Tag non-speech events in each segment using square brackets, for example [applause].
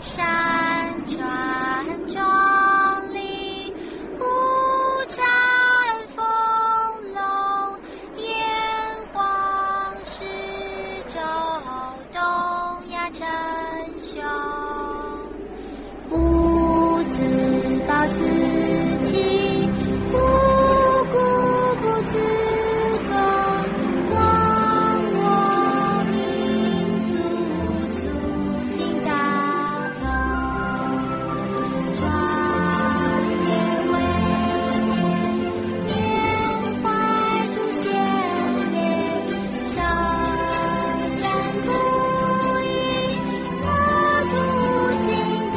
山川壮丽，五展丰隆，炎黄始周，东亚称雄。吾自暴自弃，无故不自封，忘我民族，促进大同。壮烈伟健，缅怀祖先烈，舌战不已，国土进攻。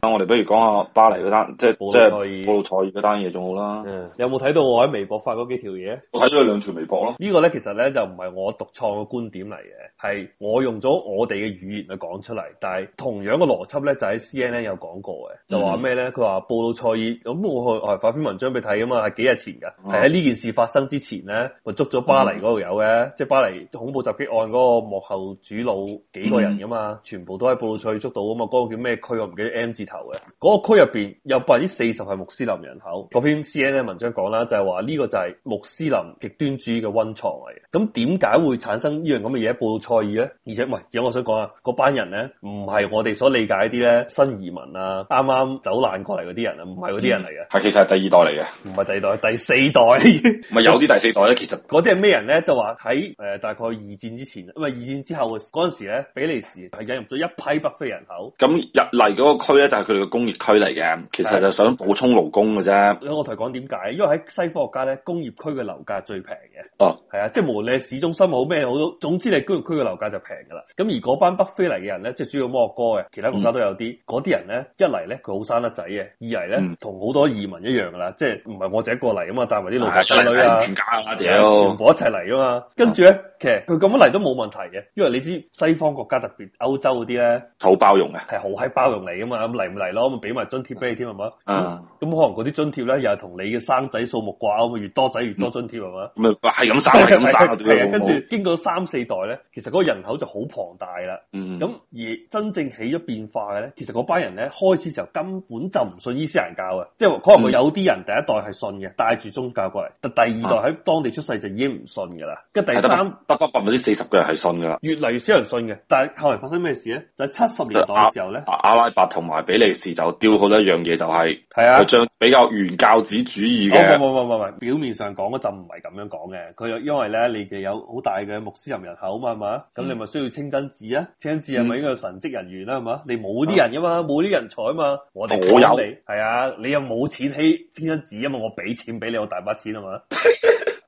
啊，我哋不如講下巴黎嗰單，即係布魯即塞爾係布魯塞爾嗰單嘢仲好啦。嗯，你有冇睇到我喺微博發嗰幾條嘢？我睇咗佢兩條微博咯，呢個咧其實咧就唔係我獨創嘅觀點嚟嘅，係我用咗我哋嘅語言去講出嚟。但係同樣嘅邏輯咧，就喺 CNN 有講過嘅，就話咩咧？佢話布魯塞爾咁，我係發篇文章俾你睇啊嘛，係幾日前㗎，係喺呢件事發生之前咧，咪捉咗巴黎嗰度有嘅，即係巴黎恐怖襲擊案嗰個幕後主腦幾個人㗎啊嘛，全部都喺布魯塞爾捉到啊嘛，嗰、個叫咩區我唔記得 M 字頭嘅，嗰、個區入邊有百分之四十係穆斯林人口。嗰篇 CNN 文章講啦，就係話呢個就係穆斯林極端主義嘅温床嚟嘅。咁點解會產生呢樣咁嘅嘢喺布魯塞爾咧？而且喂，而家我想講啊，嗰班人咧唔係我哋所理解啲咧新移民啊，啱啱走難過嚟嗰啲人啊，唔係嗰啲人嚟嘅，係其實係第二代嚟嘅，唔係第二代，第四代。 [laughs] 咪有啲第四代咧，其實嗰啲係咩人咧？就話喺誒大概二戰之前，唔係二戰之後嗰陣時咧，比利時係引入咗一批北非人口。咁入嚟嗰個區咧就係佢哋嘅工業區嚟嘅，其實就想補充勞工嘅啫。我同你講點解？因為喺西方國家咧，工業區嘅樓價最平嘅。哦，係啊，即係無論你係市中心好咩好都，總之你工業區嘅樓價就平㗎啦。咁而嗰班北非嚟嘅人咧，即係主要摩洛哥嘅，其他國家都有啲。嗰啲、人咧，一嚟咧佢好生得仔嘅，二嚟咧嗯同好多移民一樣㗎啦，即係唔係我自己過嚟啊嘛，帶埋啲老婆係出哎嚟仔女啊係。全家啦，全屌部一齊嚟啊嘛，跟住咧，其實佢咁樣嚟都冇問題嘅，因為你知西方國家特別歐洲嗰啲咧好包容嘅，係好閪包容你啊嘛，咁嚟唔嚟咯，咁俾埋津貼俾你添係嘛，咁、嗯。可能嗰啲津貼咧又係同你嘅生仔數目掛鈎嘛，越多仔越多津貼係嘛。咁啊，係咁生係咁生啊，係屌啊，你跟老母住經過三四代咧，其實嗰個人口就好龐大啦。嗯，咁而真正起咗變化嘅咧，其實嗰班人咧開始時候根本就唔信伊斯蘭教嘅，即係可能佢有啲人第一代係信嘅，帶住宗教過嚟，但第二代喺當地出世就已經唔信㗎啦，跟住第啊係得啊三得翻百分之四十嘅人係信噶啦，越嚟越少人信嘅，但係後嚟發生咩事咧？就喺七十年代嘅時候咧，阿阿拉伯同埋比利時就丟好多一樣嘢，就係係啊佢。將比較原教旨主義哦，嘅，冇冇冇冇冇，表面上講嗰陣唔係咁樣講嘅，佢又因為咧你哋有好大嘅穆斯林人口嘛，係嘛？咁嗯你咪需要清真寺啊？清真寺係咪應該有神職人員啦？係嘛？你冇啲人噶嘛，冇啲人才啊嘛，我哋我有幫你係啊，你又冇錢起清真寺啊嘛，我俾錢俾你，我大把錢啊嘛。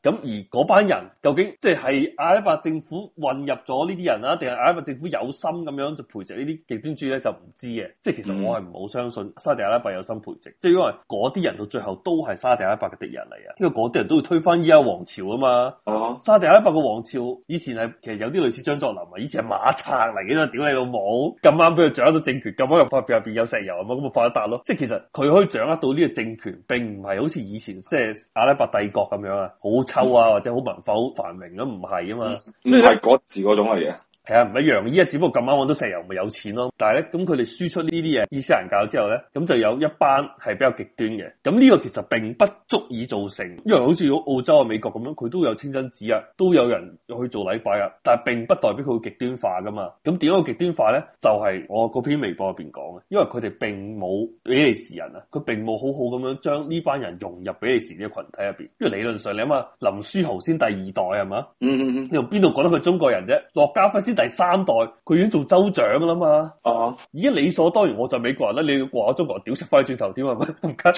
咁而嗰班人究竟即係阿拉伯政府混入咗呢啲人啊，定係阿拉伯政府有心咁樣就培植呢啲極端主義咧，就唔知嘅。即係其實嗯我係唔好相信沙地阿拉伯有心培植，即係因為嗰啲人到最後都係沙地阿拉伯嘅敵人嚟嘅，因為嗰啲人都會推翻伊拉克王朝啊嘛。哦，沙地阿拉伯嘅王朝以前係其實有啲類似張作霖啊，以前係馬賊嚟嘅啫，屌你老母！咁啱俾佢掌握到政權，咁啱又發入邊有石油啊嘛，咁咪發一達咯。即係其實佢可以掌握到呢個政權，並唔係好似以前即係阿拉伯帝國咁樣啊，好臭啊，或者好文化好繁榮咁，唔係啊嘛。唔係嗰字嗰種嚟嘅，係啊，唔一樣。依家只不過咁啱揾到石油，咪有錢咯。但係咧，咁佢哋輸出呢啲嘢伊斯蘭教之後咧，咁就有一班係比較極端嘅。咁呢個其實並不足以造成，因為好似澳洲啊、美國咁樣，佢都有清真寺啊，都有人去做禮拜啊，但係並不代表佢會極端化噶嘛。咁點解會極端化咧？就係、我嗰篇微博入邊講嘅，因為佢哋並冇比利時人啊，佢並冇好好咁樣將呢班人融入比利時呢個群體入邊。因為理論上你諗下，林書豪先第二代係嘛？嗯嗯嗯，你由邊度覺得佢中國人啫？駱家輝先第三代，佢已經做州長㗎啦嘛。啊，而家理所當然，我就美國人啦，你話我中國人屌食翻轉頭添係咪？唔緊。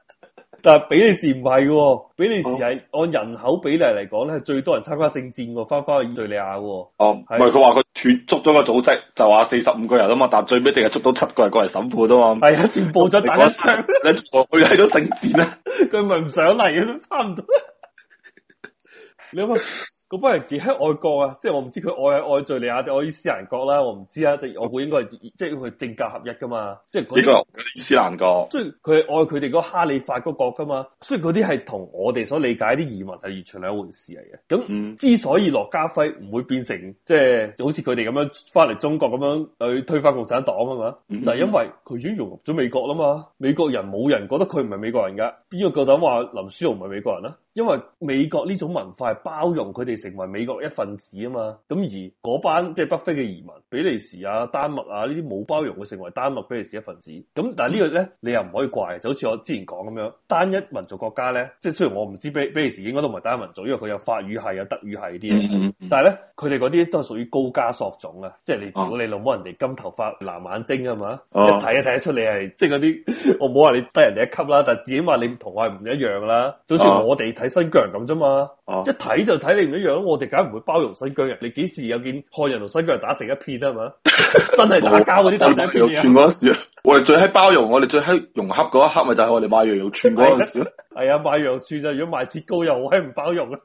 [laughs] 但係比利時唔係嘅，比利時哦係按人口比例嚟講咧，係最多人參加聖戰喎，翻翻去敘利亞喎。哦，唔係係佢話佢斷捉咗個組織，就話四十五個人啊嘛，但最尾淨係捉到七個人過嚟審判啊嘛。係啊，全部咗大家上，你我去喺度啊聖戰 [laughs] 啦， [laughs] 佢咪唔上嚟嘅都差唔多。 [laughs] 你諗下，嗰班人幾喺外國啊？即係我唔知佢愛係愛敘利亞定愛伊斯蘭國啦，我唔知啊。但係我估應該係即係佢政教合一噶嘛，即係嗰啲呢個係伊斯蘭國。所以佢係愛佢哋嗰個哈里發嗰個國噶嘛，所以嗰啲係同我哋所理解啲移民係完全兩回事嚟嘅。咁、嗯之所以駱家輝唔會變成即係好似佢哋咁樣翻嚟中國咁樣去推翻共產黨啊嘛，嗯就係因為佢已經融入咗美國啦嘛。美國人冇人覺得佢唔係美國人噶，邊個夠膽話林書豪唔係美國人啊？因為美國呢種文化係包容佢哋成為美國一份子啊嘛，咁而嗰班即係北非嘅移民，比利時啊、丹麥啊呢啲冇包容佢成為丹麥、比利時一份子。咁但係呢個咧，你又唔可以怪，就好似我之前講咁樣，單一民族國家咧，即係雖然我唔知比比利時應該都唔係單一民族，因為佢有法語系、有德語系啲嘢。嗯嗯但係咧，佢哋嗰啲都係屬於高加索種啊，即係你哦如果你老母人哋金頭髮藍眼睛啊嘛，哦一睇就睇得出你係即係嗰啲， [laughs] 我冇話你低人哋一級啦，但係至少話你同我係唔一樣啦，就好哦似我哋睇新疆人咁啫嘛，哦一睇就睇你唔一樣，我哋梗係唔會包容新疆人，你幾時有見漢人同新疆人打成一片 [laughs] 啊嘛？真係打交嗰啲打成一我哋買羊肉片串啊！嗰陣時，我哋最閪包容，我哋最閪融洽嗰一刻，咪就係我哋買羊肉串嗰陣時咯。係啊，賣羊算啊，如果賣切糕又好閪唔包容啊。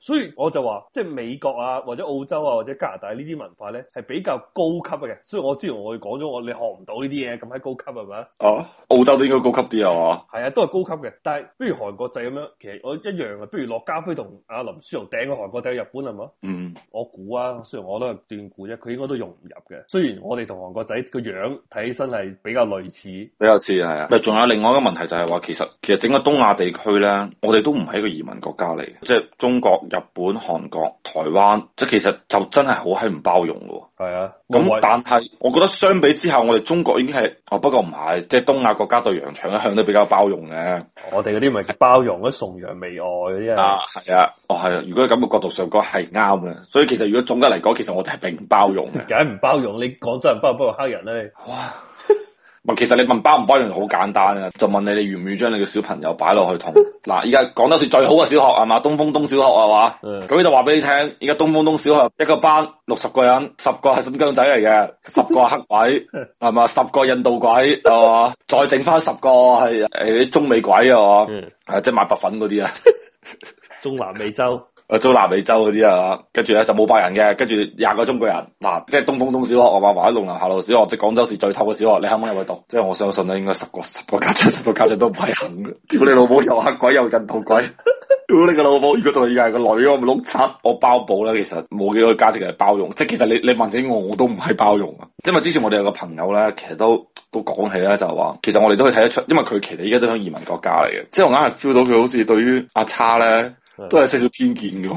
所以我就話，即係美國啊，或者澳洲啊，或者加拿大呢啲文化咧，係比較高級嘅。所以我之前我哋講咗，我你學唔到呢啲嘢咁喺高級係咪啊？哦，澳洲都應該高級啲啊嘛。係啊，都係高級嘅。但係不如韓國仔咁樣，其實我一樣啊。不如駱家輝同阿林書豪掟個韓國掟去日本係咪啊？嗯，我估啊，雖然我都係斷估啫，佢應該都用唔入嘅。雖然我哋同韓國仔個樣睇起身係比較類似，比較似係啊。咪仲有另外一個問題就係話，其實其實整個東亞地區咧，我哋都唔係一個移民國家嚟嘅，即係中國、日本、韓國、台灣，即係其實就真係好閪唔包容嘅喎。係啊。咁但係，我覺得相比之下，我哋中國已經係哦，不過唔係，即係東亞國家對洋腸一向都比較包容嘅。我哋嗰啲咪叫包容，嗰啲崇洋媚外嗰啲啊。啊，係啊，哦係啊，如果喺咁嘅角度上講係啱嘅，所以其實如果總嘅嚟講，其實我哋係並唔包容嘅。梗係唔包容，你廣州人包唔包容黑人咧？哇！唔其實你問包唔包容好簡單啊，就問你你願唔願意將你嘅小朋友擺落去同嗱，依家廣州市最好嘅小學係嘛，東風東小學係嘛，嗯咁就話俾你聽，依家東風東小學一個班六十個人，十個係新疆仔嚟嘅，十個係黑鬼係嘛，十個印度鬼係嘛，再剩翻十個係誒中美鬼啊，嗯，係即係賣白粉嗰啲啊。中南美洲啊，租南美洲嗰啲啊，跟住咧就冇白人嘅，跟住廿個中國人，嗱、即係東風東小學啊嘛，或者龍南下路小學，即係廣州市最透嘅小學，你肯唔肯入去讀？即係我相信咧，應該十個 [laughs] 十個家長十個家長都唔係肯嘅。屌你老母又黑鬼又印度鬼，屌你個老母！如果同你係個女，我咪碌柒。我包保啦，其實冇幾個家庭係包容，即係其實你你問緊我，我都唔係包容啊。因為之前我哋有個朋友咧，其實都都講起咧，就話其實我哋都可以睇得出，因為佢其實依家都喺移民國家嚟嘅，即係我硬係 feel 到佢好似對於阿叉咧。都係少少偏見 [laughs] 嘅喎。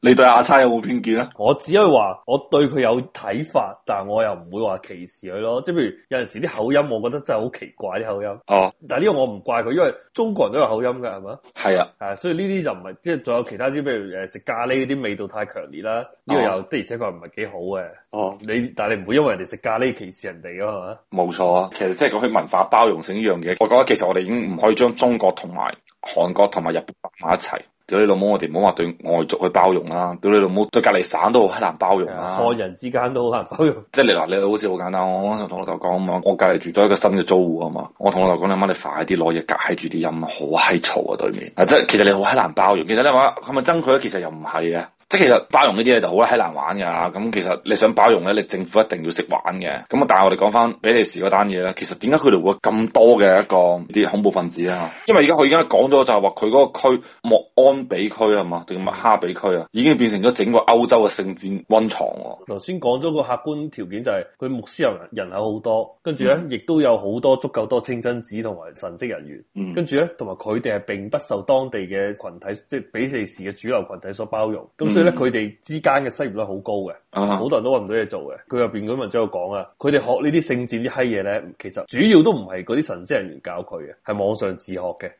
你對阿差有冇偏見啊？我只可以話我對佢有睇法，但係我又唔會話歧視佢咯。即係譬如有陣時啲口音，我覺得真係好奇怪啲口音。哦，但係呢個我唔怪佢，因為中國人都有口音㗎，係嘛？係啊，啊，所以呢啲就唔係即係仲有其他啲，譬如呃誒食咖喱嗰啲味道太強烈啦，呢、個又的而且確唔係幾好嘅。哦，你但係你唔會因為人哋食咖喱歧視人哋㗎係嘛？冇錯啊。其實即係講起文化包容性呢樣嘢，我覺得其實我哋已經唔可以將中國同埋韓國同埋日本擺埋一齊。屌你老母，我哋唔好話對外族去包容啦，屌你老母對隔離省都好難包容啦。漢人之間都好難包容。即係你嗱，你好似好簡單，我嗰陣同老豆講啊嘛，我隔離住咗一個新嘅租戶啊嘛，我同老豆講你媽你快啲攞嘢解住啲音，好閪嘈啊對面，啊即係其實你好閪難包容，其實你話係咪憎佢咧？其實又唔係嘅。即係其實包容呢啲嘢就好閪難玩㗎，咁其實你想包容咧，你政府一定要識玩嘅。咁啊，但係我哋講翻比利時嗰單嘢咧，其實點解佢哋會咁多嘅一個啲恐怖分子啊？因為而家佢而家講咗就係話佢嗰個區莫安比區啊嘛，定麥哈比區啊，已經變成咗整個歐洲嘅聖戰溫床喎。頭先講咗個客觀條件就係佢穆斯林人口好多，跟住咧嗯亦都有好多足夠多清真寺同埋神職人員，嗯跟住咧同埋佢哋係並不受當地嘅群體，即係比利時嘅主流群體所包容，咁所以咧嗯佢哋之間嘅失業率好高嘅，啊好多人都揾唔到嘢做嘅。佢入邊嗰文章有講啊，佢哋學呢啲聖戰啲閪嘢咧，其實主要都唔係嗰啲神職人員教佢嘅，係網上自學嘅。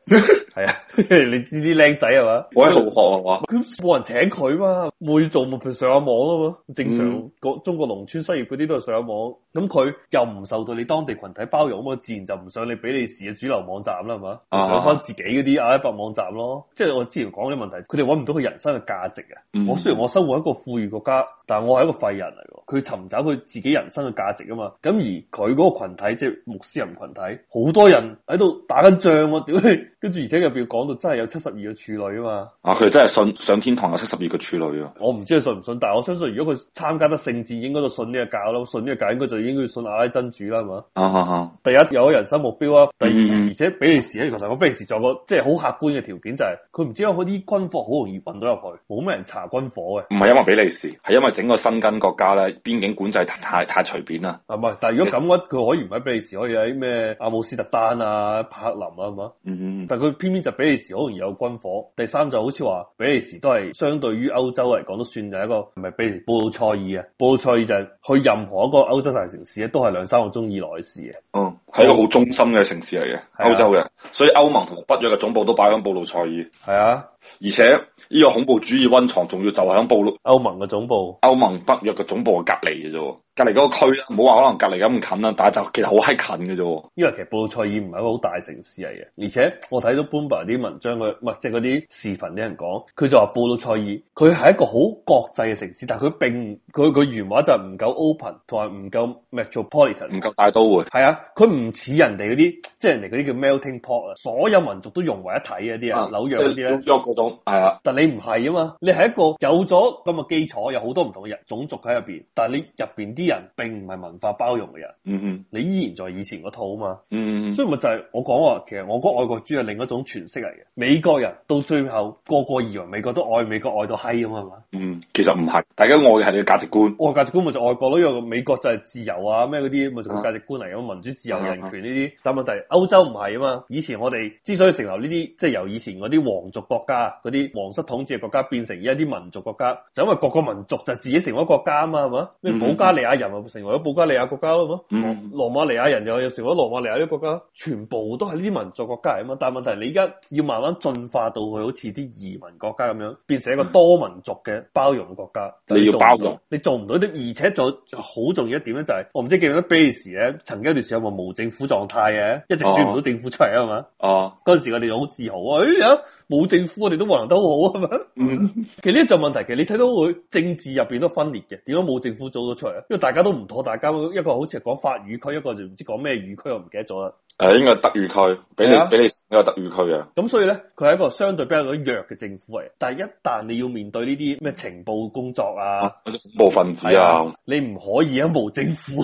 [laughs] 係啊，你知啲僆仔係嘛？我喺好學啊嘛，佢冇人請佢嘛，冇嘢做咪佢上下網咯嘛。正常嗯個、中國農村失業嗰啲都係上下網，咁佢又唔受到你當地群體包容，咁啊自然就唔上你比利時嘅主流網站啦，係嘛？啊上翻自己嗰啲阿拉伯網站咯。即係我之前講嘅問題，佢哋揾唔到佢人生嘅價值啊。嗯我雖然我生活喺一個富裕國家，但係我係一個廢人嚟喎。佢尋找佢自己人生嘅價值啊嘛。咁而佢嗰個群體即係穆斯林群體，好多人喺度打緊仗喎、屌你！跟住而且入邊講到真係有七十二個處女啊嘛。啊佢真係信上天堂有七十二個處女啊，我唔知佢信唔信，但係我相信如果佢參加得聖戰，應該就信呢個教啦。信呢個教應該就應該要信阿拉真主啦，係嘛？啊哈哈，第一有人生目標啊，第二、嗯而且比利時咧，其實我比利時仲有個即係好客觀嘅條件就係佢唔知有嗰啲軍火好容易運到入去，冇咩人查軍火嘅，唔係因為比利時，係因為整個新根國家咧邊境管制太太隨便啦，係咪？但係如果咁嘅，佢可以唔喺比利時，可以喺咩阿姆斯特丹啊、柏林啊，係嘛？嗯，但佢偏偏就比利時好容易有軍火。第三就好似話比利時都係相對於歐洲嚟講都算係一個唔係比利時布魯塞爾啊，布魯塞爾就係去任何一個歐洲大城市咧都係兩三個鐘以內嘅事嘅。嗯，係一個好中心嘅城市嚟嘅，係啊歐洲嘅，所以歐盟同北約嘅總部都擺喺布魯塞爾，係啊，而且呢個恐怖主義溫床仲要就係喺布魯歐盟嘅總部歐盟北約嘅總部嘅隔離嘅啫喎，隔離嗰個區啦，唔好話可能隔離咁近啦，但係就其實好閪近嘅啫喎。因為其實布魯塞爾唔係一個好大城市嚟嘅，而且我睇到 Bloomberg 啲文章佢唔係即係嗰啲視頻啲人講，佢就話布魯塞爾佢係一個好國際嘅城市，但係佢並唔佢佢原話就係唔夠 open 同埋唔夠 metropolitan 唔。夠大都會，係啊，佢唔似人哋嗰啲，即係人哋嗰啲叫 melting pot 啊，所有民族都融為一體嘅啲啊，紐約嗰即係啲咧紐。約嗰種係啊，但你唔係啊嘛，你係一個有咗咁嘅基礎，有好多唔同嘅人種族喺入邊，但係你入邊啲人並唔係文化包容嘅人，嗯嗯你依然在以前嗰套啊嘛。嗯嗯所以咪就係我講話，其實我覺得愛國主義係另一種詮釋嚟嘅。美國人到最後個個以為美國都愛美國愛到閪咁啊嘛，嗯，其實唔係，大家愛嘅係你嘅價值觀。愛哦價值觀咪就愛國咯，因為美國就係自由啊咩嗰啲咪就個價值觀嚟咁，民主、自由、啊人權呢啲。但問題歐洲唔係啊嘛，以前我哋之所以成立呢啲，即係由以前嗰啲皇族國家、嗰啲皇室統治嘅國家變成而家啲民族國家，就因為各個民族就自己成為一個國家啊嘛，係嘛？咩嗯保加利亞人咪成為咗保加利亞國家咯，係嘛？嗯，羅馬尼亞人又有成為咗羅馬尼亞呢個國家，全部都係呢啲民族國家嚟啊嘛。但係問題係你而家要慢慢進化到去好似啲移民國家咁樣，變成一個多民族嘅包容國家。嗯你要做唔到包容，你做唔到啲，而且仲有好重要一點咧、就係我唔知記唔記得比利時咧，曾經有段時間話無政府狀態嘅，一直選唔到政府出嚟啊嘛。啊，嗰陣時我哋好自豪啊！哎呀，冇政府我哋都運行得好好啊嘛。 [laughs] 嗯，其實呢一就問題，其實你睇到佢政治入邊都分裂嘅，點解冇政府組到出嚟？啊因為大家都唔妥，大家一個好似係講法語區，一個就唔知講咩語區，我唔記得咗啦。誒應該係德語區，俾係啊你俾你應該係德語區嘅。咁所以咧，佢係一個相對比較弱嘅政府嚟。但係一旦你要面對呢啲咩情報工作啊，嗰啲恐怖分子啊，你唔可以啊，無政府。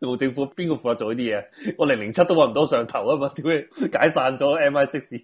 無政府邊個負責做呢啲嘢？我零零七都揾唔到上頭啊嘛，點解解散咗 MI six？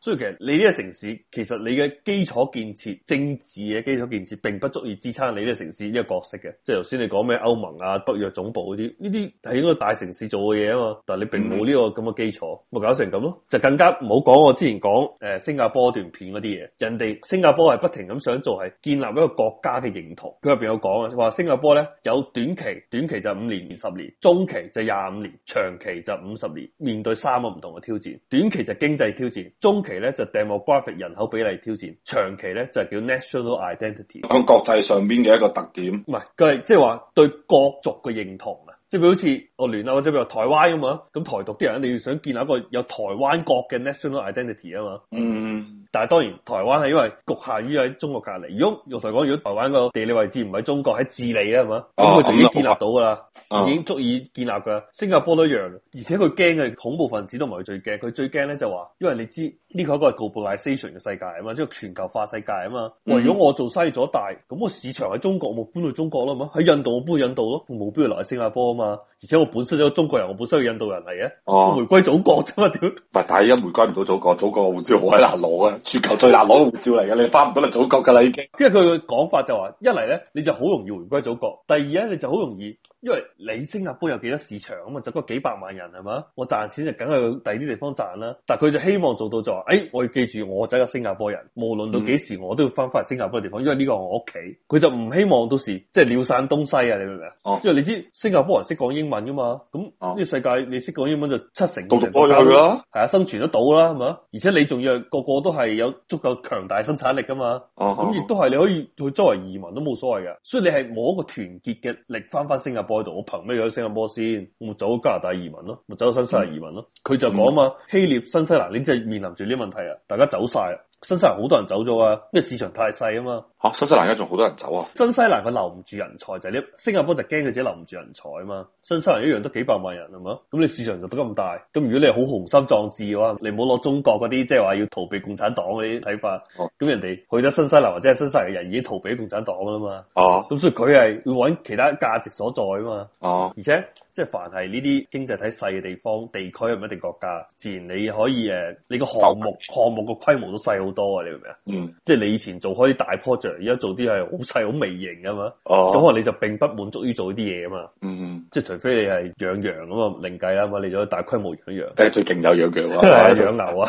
所以其實你呢個城市，其實你嘅基礎建設、政治嘅基礎建設，並不足以支撐你呢個城市呢個角色嘅。即係頭先你講咩歐盟啊、北約總部嗰啲，呢啲係應該大城市做嘅嘢啊嘛。但係你並冇呢個咁嘅基礎，咪搞成咁咯。就更加唔好講我之前講誒、呃新加坡段片嗰啲嘢，人哋新加坡係不停咁想做係建立一個國家嘅認同。佢入邊有講啊，話新加坡咧有短期，短期就五年、二十年，中期就廿五年，長期就五十年，面對三個唔同嘅挑戰。短期就經濟挑戰，中期咧就 demographic 人口比例挑戰，長期咧就叫 national identity。喺國際上邊嘅一個特點。唔係，佢係即係話對國族嘅認同啊，即係譬如好似我聯啊，或者譬如台灣咁嘛，咁台獨啲人你要想建立一個有台灣國嘅 national identity 啊嘛，嗯，但係當然台灣係因為局限於喺中國隔離，如果我同你講，如果台灣個地理位置唔喺中國，喺智利啊，係嘛，咁哦佢就已經建立到㗎啦。啊已經足以建立噶。新加坡都一樣，而且佢驚嘅恐怖分子都唔係佢最驚，佢最驚咧就話，因為你知呢個係一個 globalization 嘅世界啊嘛，即係全球化世界啊嘛。喂，嗯如果我做生意做得大，咁我市場喺中國，我咪搬去中國咯嘛；喺印度，我搬去印度咯，我冇必要留喺新加坡啊嘛。而且我本身都係中國人，我本身係印度人嚟嘅，我哦回，歸祖國啫嘛，屌！唔係但係而家回歸唔到祖國，祖國護照好閪難攞啊！全球最難攞嘅護照嚟嘅，你翻唔到嚟祖國㗎啦已經。因為佢嘅講法就話，一嚟咧你就好容易回歸祖國，第二咧你就好容易，因為你新加坡有幾多市場咁啊，就嗰幾百萬人係嘛，我賺錢就梗係去第二啲地方賺啦。但係佢就希望做到就話，誒、哎我要記住我就係一個新加坡人，無嗯論到幾時我都要翻返嚟新加坡嘅地方，因為呢個係我屋企。佢就唔希望到時即係了散東西啊，你明唔明啊？哦因為你知新加坡人識講英文噶嘛，咁哦呢個世界你識講英文就七成到成咗國過家咗去都啦。係啊，生存得到啦，係咪啊？而且你仲要係個個都係有足夠強大生產力噶嘛，咁咁亦都係你可以去周圍移民都冇所謂嘅。所以你係冇一個團結嘅力翻翻新加坡度，我憑咩去新加坡先？我咪走加拿大移民咯，咪走新西蘭移民咯。佢就講啊嘛，希臘、新西蘭呢啲係面臨住呢啲問題啊，大家走晒啊，新西蘭好多人走咗啊，因為市場太細啊嘛。哦嚇，新西蘭而家仲好多人走啊！新西蘭佢留唔住人才就係、呢，新加坡就驚佢自己留唔住人才啊嘛。新西蘭一樣都幾百萬人係嘛，咁你市場就得咁大。咁如果你係好雄心壯志嘅話，你唔好攞中國嗰啲即係話要逃避共產黨嗰啲睇法。咁、哦人哋去咗新西蘭或者係新西蘭嘅人已經逃避共產黨啦嘛。哦咁所以佢係要揾其他價值所在啊嘛。哦，而且即係凡係呢啲經濟體細嘅地方、地區唔一定國家，自然你可以誒，你個項目項目個規模都細好多啊！你明唔明啊？嗯，即係你以前做開啲大 project，而家做啲係好細好微型噶嘛。咁哦，可能你就並不滿足於做呢啲嘢啊嘛，嗯，即係除非你係養羊咁啊，另計啦嘛，你就大規模養羊，即係最勁就養佢 [laughs] 係啊養啦。 [laughs] 牛啊，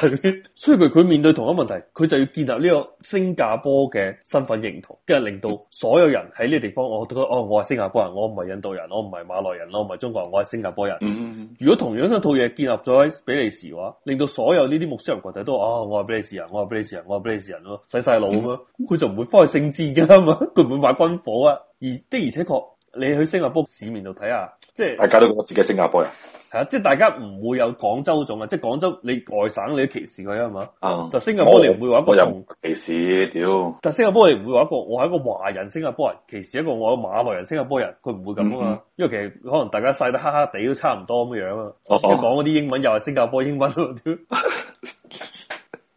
所以佢佢面對同一問題，佢就要建立呢個新加坡嘅身份認同，跟住令 [laughs] 到所有人喺呢個地方，我都覺得哦，我係新加坡人，我唔係印度人，我唔係馬來人，我唔係中國人，我係新加坡人。嗯，如果同樣一套嘢建立咗喺比利時嘅話，令到所有呢啲穆斯林群體都話哦，我係比利時人，我係比利時人，我係比利時人咯，洗晒腦咁樣，咁佢就唔會翻去聖戰噶嘛，佢唔會買軍火啊。而的而且確，你去新加坡市面度睇下，即係大家都覺得自己係新加坡人。係啊，即係大家唔會有廣州種啊，即係廣州你外省你都歧視佢啊嘛，啊但新加坡你唔會話一個我又同唔歧視，屌。但新加坡你唔會話一個我係一個華人新加坡人歧視一個我係馬來人新加坡人，佢唔會咁啊嘛，嗯因為其實可能大家晒得黑黑地都差唔多咁樣啊，哦佢講嗰啲英文又係新加坡英文喎屌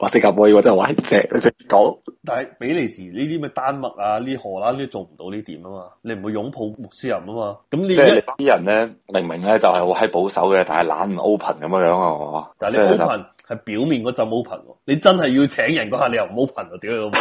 哇！新加坡呢個真係玩正，你識講但係比利時呢啲咩丹麥啊、呢啲荷蘭呢啲做唔到呢點啊嘛，你唔會擁抱穆斯林啊嘛，咁呢即係你啲一人咧，明明咧就係好閪保守嘅，但係懶唔 open 咁樣樣啊，係嘛？但係即你係就 open 係表面嗰陣 open，喎你真係要請人嗰下你又唔 open 啊，屌你老母！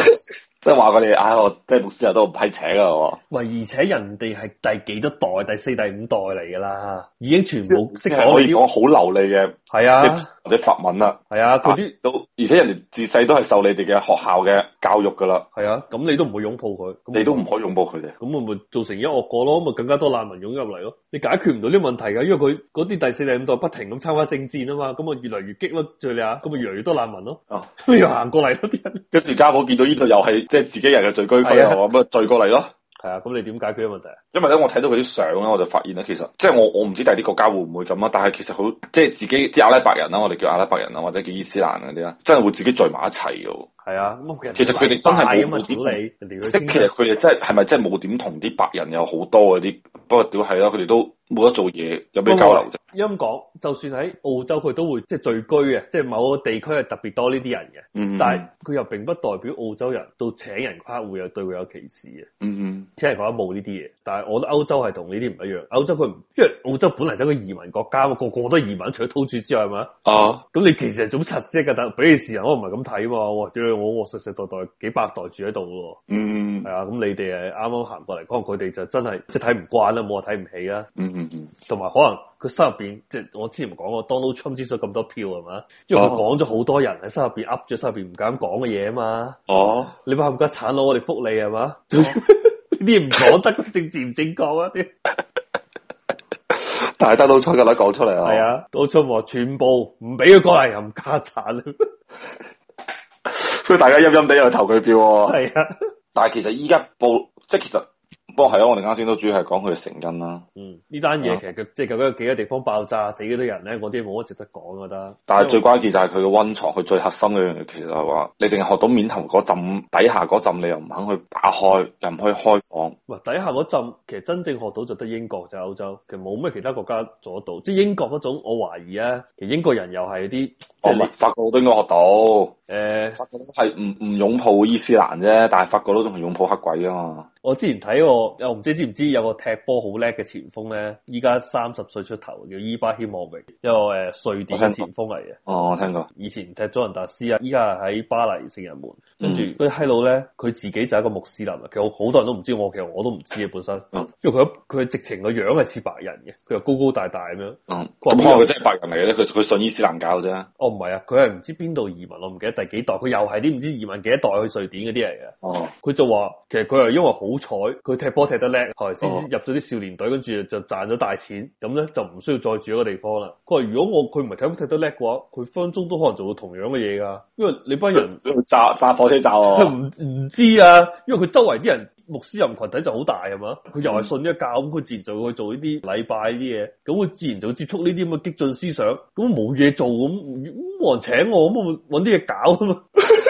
即係話佢哋，唉，我即係牧師啊，都唔批請啊，係嘛？喂，而且人哋係第幾多代、第四、第五代嚟噶啦，已經全即部識係可講以啲講好流利嘅，係即啊係或者法文啦，係啊，佢啲都而且人哋自細都係受你哋嘅學校嘅教育噶啦，係啊，咁你都唔會擁抱佢，咁你都唔可以擁抱佢哋。咁咪咪造成一惡果咯，咪更加多難民湧入嚟咯。你解決唔到呢個問題㗎，因為佢嗰啲第四、第五代不停咁參加聖戰啊嘛，咁啊越嚟越激咯，敍利亞，咁咪越嚟越多難民咯。哦，咁又行過嚟咯啲人。跟住家寶見到呢度又係即係自己人嘅聚居區係啊啊，咁啊聚過嚟咯。係啊，咁你點解決呢個問題啊？因為咧，我睇到佢啲相咧，我就發現咧，其實即係我我唔知第啲國家會唔會咁啦，但係其實好即係自己啲阿拉伯人啦，我哋叫阿拉伯人啦，啊或者叫伊斯蘭嗰啲啦，真係會自己聚埋一齊嘅喎。係啊，咁其實佢哋真係係冇啊嘛，屌你，人哋即佢係其實佢哋真係係咪真係冇點同啲白人有好多嗰啲？不過屌係啦，佢哋都冇得做嘢，有咩交流啫？陰講，就算喺澳洲佢都會即係聚居嘅，即係某個地區係特別多呢啲人嘅，嗯，但係佢又並不代表澳洲人到請人跨會有對佢有歧視嘅。嗯聽人講冇呢啲嘢，但係我覺得歐洲係同呢啲唔一樣。歐洲佢唔，因為澳洲本嚟就係一個移民國家嘛，個個都移民，除咗土著之外，係嘛？嗯啊咁你其實係種特色㗎，但係比利時人我唔係咁睇啊嘛。我屌我我世世代代幾百代住喺度喎，嗯係啊。咁你哋係啱啱行過嚟，可能佢哋就真係即係睇唔慣啦，冇話睇唔起啦。嗯嗯嗯同埋可能佢心入邊，即係我之前講過 Donald Trump 之所以咁多票係嘛，因為佢哦講咗好多人喺心入邊噏咗心入邊唔敢講嘅嘢啊嘛。哦你話冚家產佬，我哋福利係 [laughs] 嘛？呢啲唔講得，政治唔正確啊！啲但係得到出噶啦，講出嚟啊係啊，到出和全部唔俾佢過嚟冚家啊 [laughs] 產，所以大家陰陰地又投佢票喎。係啊，但係其實依家報即係其實不過係咯，啊我哋啱先都主要係講佢嘅成因啦。嗯，呢單嘢啊其實佢即係究竟有幾多地方爆炸死幾多人咧？嗰啲冇乜值得講，我覺得。但係最因為關鍵就係佢嘅溫床，佢最核心嘅樣嘢其實係話，你淨係學到面頭嗰浸，底下嗰浸你又唔肯去打開，又唔可以開放。喂底下嗰陣其實真正學到就得英國就係歐洲，其實冇咩其他國家做得到。即係英國嗰種，我懷疑啊，其實英國人又係啲即哦，係唔你係法國都應該學到，誒。法國都係唔唔擁抱伊斯蘭啫，但係法國都仲係擁抱黑鬼啊嘛。我之前睇過個又唔知知唔知有個踢波好叻嘅前鋒咧，依家三十歲出頭，叫伊巴希莫域，一個誒、呃瑞典嘅前鋒嚟嘅。哦，我聽過。以前踢佐仁達斯啊，依家係喺巴黎聖人門。跟住嗯嗰啲閪佬咧，佢自己就係一個穆斯林啊。其實好好多人都唔知我，其實我都唔知嘅本身嗯。因為佢佢直情個樣係似白人嘅，佢又高高大大咁樣。嗯，佢咁話可邊能個佢真係白人嚟嘅咧，佢佢信伊斯蘭教啫。哦，唔係啊，佢係唔知邊度移民，我唔記得第幾代。佢又係啲唔知移民幾多代去瑞典嗰啲嚟嘅。哦，佢就話其實佢係因為好彩，佢踢波踢得叻，係先哦入咗啲少年隊，跟住就賺咗大錢，咁咧就唔需要再住一個地方啦。佢話如果我佢唔係踢波踢得叻嘅話，佢分分鐘都可能做到同樣嘅嘢㗎，因為你 [laughs] 班人 [laughs] 炸炸火車炸佢喎。唔唔知啊，因為佢周圍啲人穆斯林群體就好大係嘛，佢又係信一教，咁佢自然就會去做呢啲禮拜呢啲嘢，咁佢自然就會接觸呢啲咁嘅激進思想，咁冇嘢做咁冇人請我，咁我揾啲嘢搞啊嘛。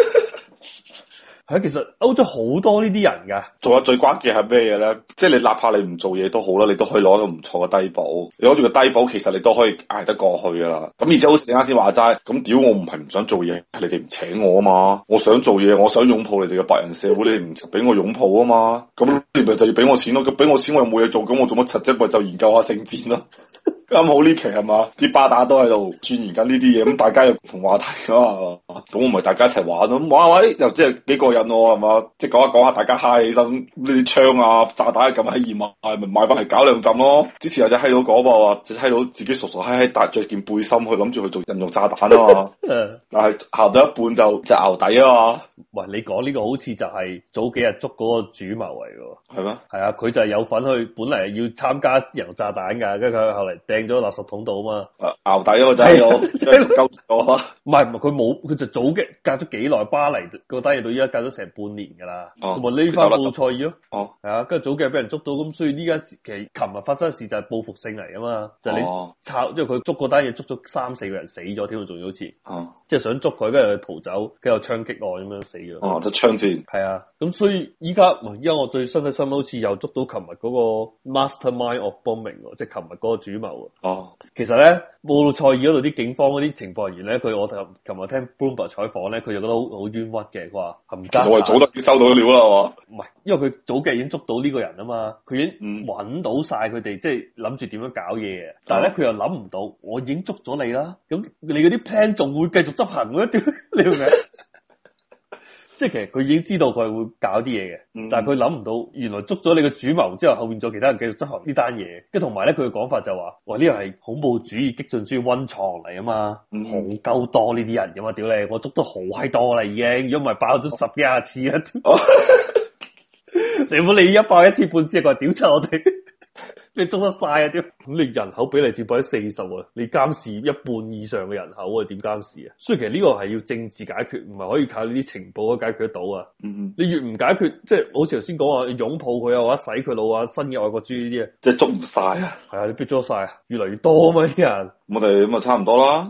係啊，其實歐洲好多呢啲人㗎。 [laughs] 仲有最關鍵係咩嘢咧？即係你哪怕你唔做嘢都好啦，你都可以攞到唔錯嘅低保。你攞住個低保，其實你都可以捱得過去噶啦。咁而且好似你啱先話齋，咁屌我唔係唔想做嘢，係你哋唔請我啊嘛。我想做嘢，我想擁抱你哋嘅白人社會，你唔俾我擁抱啊嘛。咁你咪就要俾我錢咯。咁俾我錢我又冇嘢做，咁我做乜柒啫？咪就研究下聖戰咯。啱好呢期係嘛，啲巴打都喺度鑽研緊呢啲嘢，咁大家有共同話題啊嘛，咁我咪大家一齊玩咯，咁玩下喂，又即係幾過癮喎，係嘛，即係講下講下，大家嗨起身，呢啲槍啊、炸彈咁閪易買，咪買翻嚟搞兩陣咯。之前有隻閪佬講話話，隻閪佬自己傻傻閪閪，搭着件背心去諗住去做人肉炸彈啊嘛，誒，但係行到一半就隻牛底啊嘛，喂，你講呢個好似就係早幾日捉嗰個主謀嚟嘅喎，係咩？係啊，佢就係有份去，本嚟要參加人肉炸彈㗎，跟住佢後嚟掟咗垃圾桶度啊嘛。啊牛底啊個仔佬，真係夠咗啊！唔係唔係，佢冇，佢就早嘅隔咗幾耐，巴黎個單嘢到依家隔咗成半年㗎啦，哦同埋呢翻布魯塞爾咯，哦，係啊，跟住早幾日俾人捉到，咁所以呢家其實琴日發生嘅事就係報復性嚟啊嘛，就係你哦抄，因為佢捉嗰單嘢捉咗三四個人死咗添，仲要好似哦即係想捉佢，跟住逃走，跟住有槍擊案咁樣死咗。哦，即係槍戰。係啊，咁所以依家唔係依家我最新嘅新聞好似又捉到琴日嗰個 mastermind of bombing 喎，即係琴日嗰個主謀喎。哦，其實咧，布魯塞爾嗰度啲警方嗰啲情報人員咧，佢我琴琴日聽 Bloomberg 採訪咧，佢就覺得好好冤屈嘅，佢話冚其家實我哋早鏟都已經收到料啦，係嘛？唔係，因為佢早幾日已經捉到呢個人啊嘛，佢已經嗯哦揾到晒佢哋，即係諗住點樣搞嘢嘅。但係咧，佢又諗唔到，我已經捉咗你啦，咁你嗰啲 plan 仲會繼續執行嘅，屌 [laughs] 你 [laughs] 明唔明？即係其實佢已經知道佢係會搞啲嘢嘅，嗯但係佢諗唔到，原來捉咗你個主謀之後，後面仲有其他人繼續執行呢單嘢。跟住同埋咧，佢嘅講法就話：，喂，呢個係恐怖主義激進主義温床嚟啊嘛，嗯好鳩多呢啲人噶嘛，屌你，我捉得好閪多啦已經，如果唔係爆咗十幾廿次啦。哦 [laughs] 你冇理一爆一次半次，佢話屌柒我哋， [laughs] 你捉得晒啊屌！咁你人口比例佔百分之四十啊，你監視一半以上嘅人口啊，點監視啊？所以其實呢個係要政治解決，唔係可以靠呢啲情報可以解決得到啊！嗯，你越唔解決，即係好似頭先講話擁抱佢啊，或者洗佢腦啊，新嘅外國豬呢啲啊，即係捉唔晒啊！係啊，你逼咗晒，越嚟越多啊嘛啲人。我哋咁啊，差唔多啦。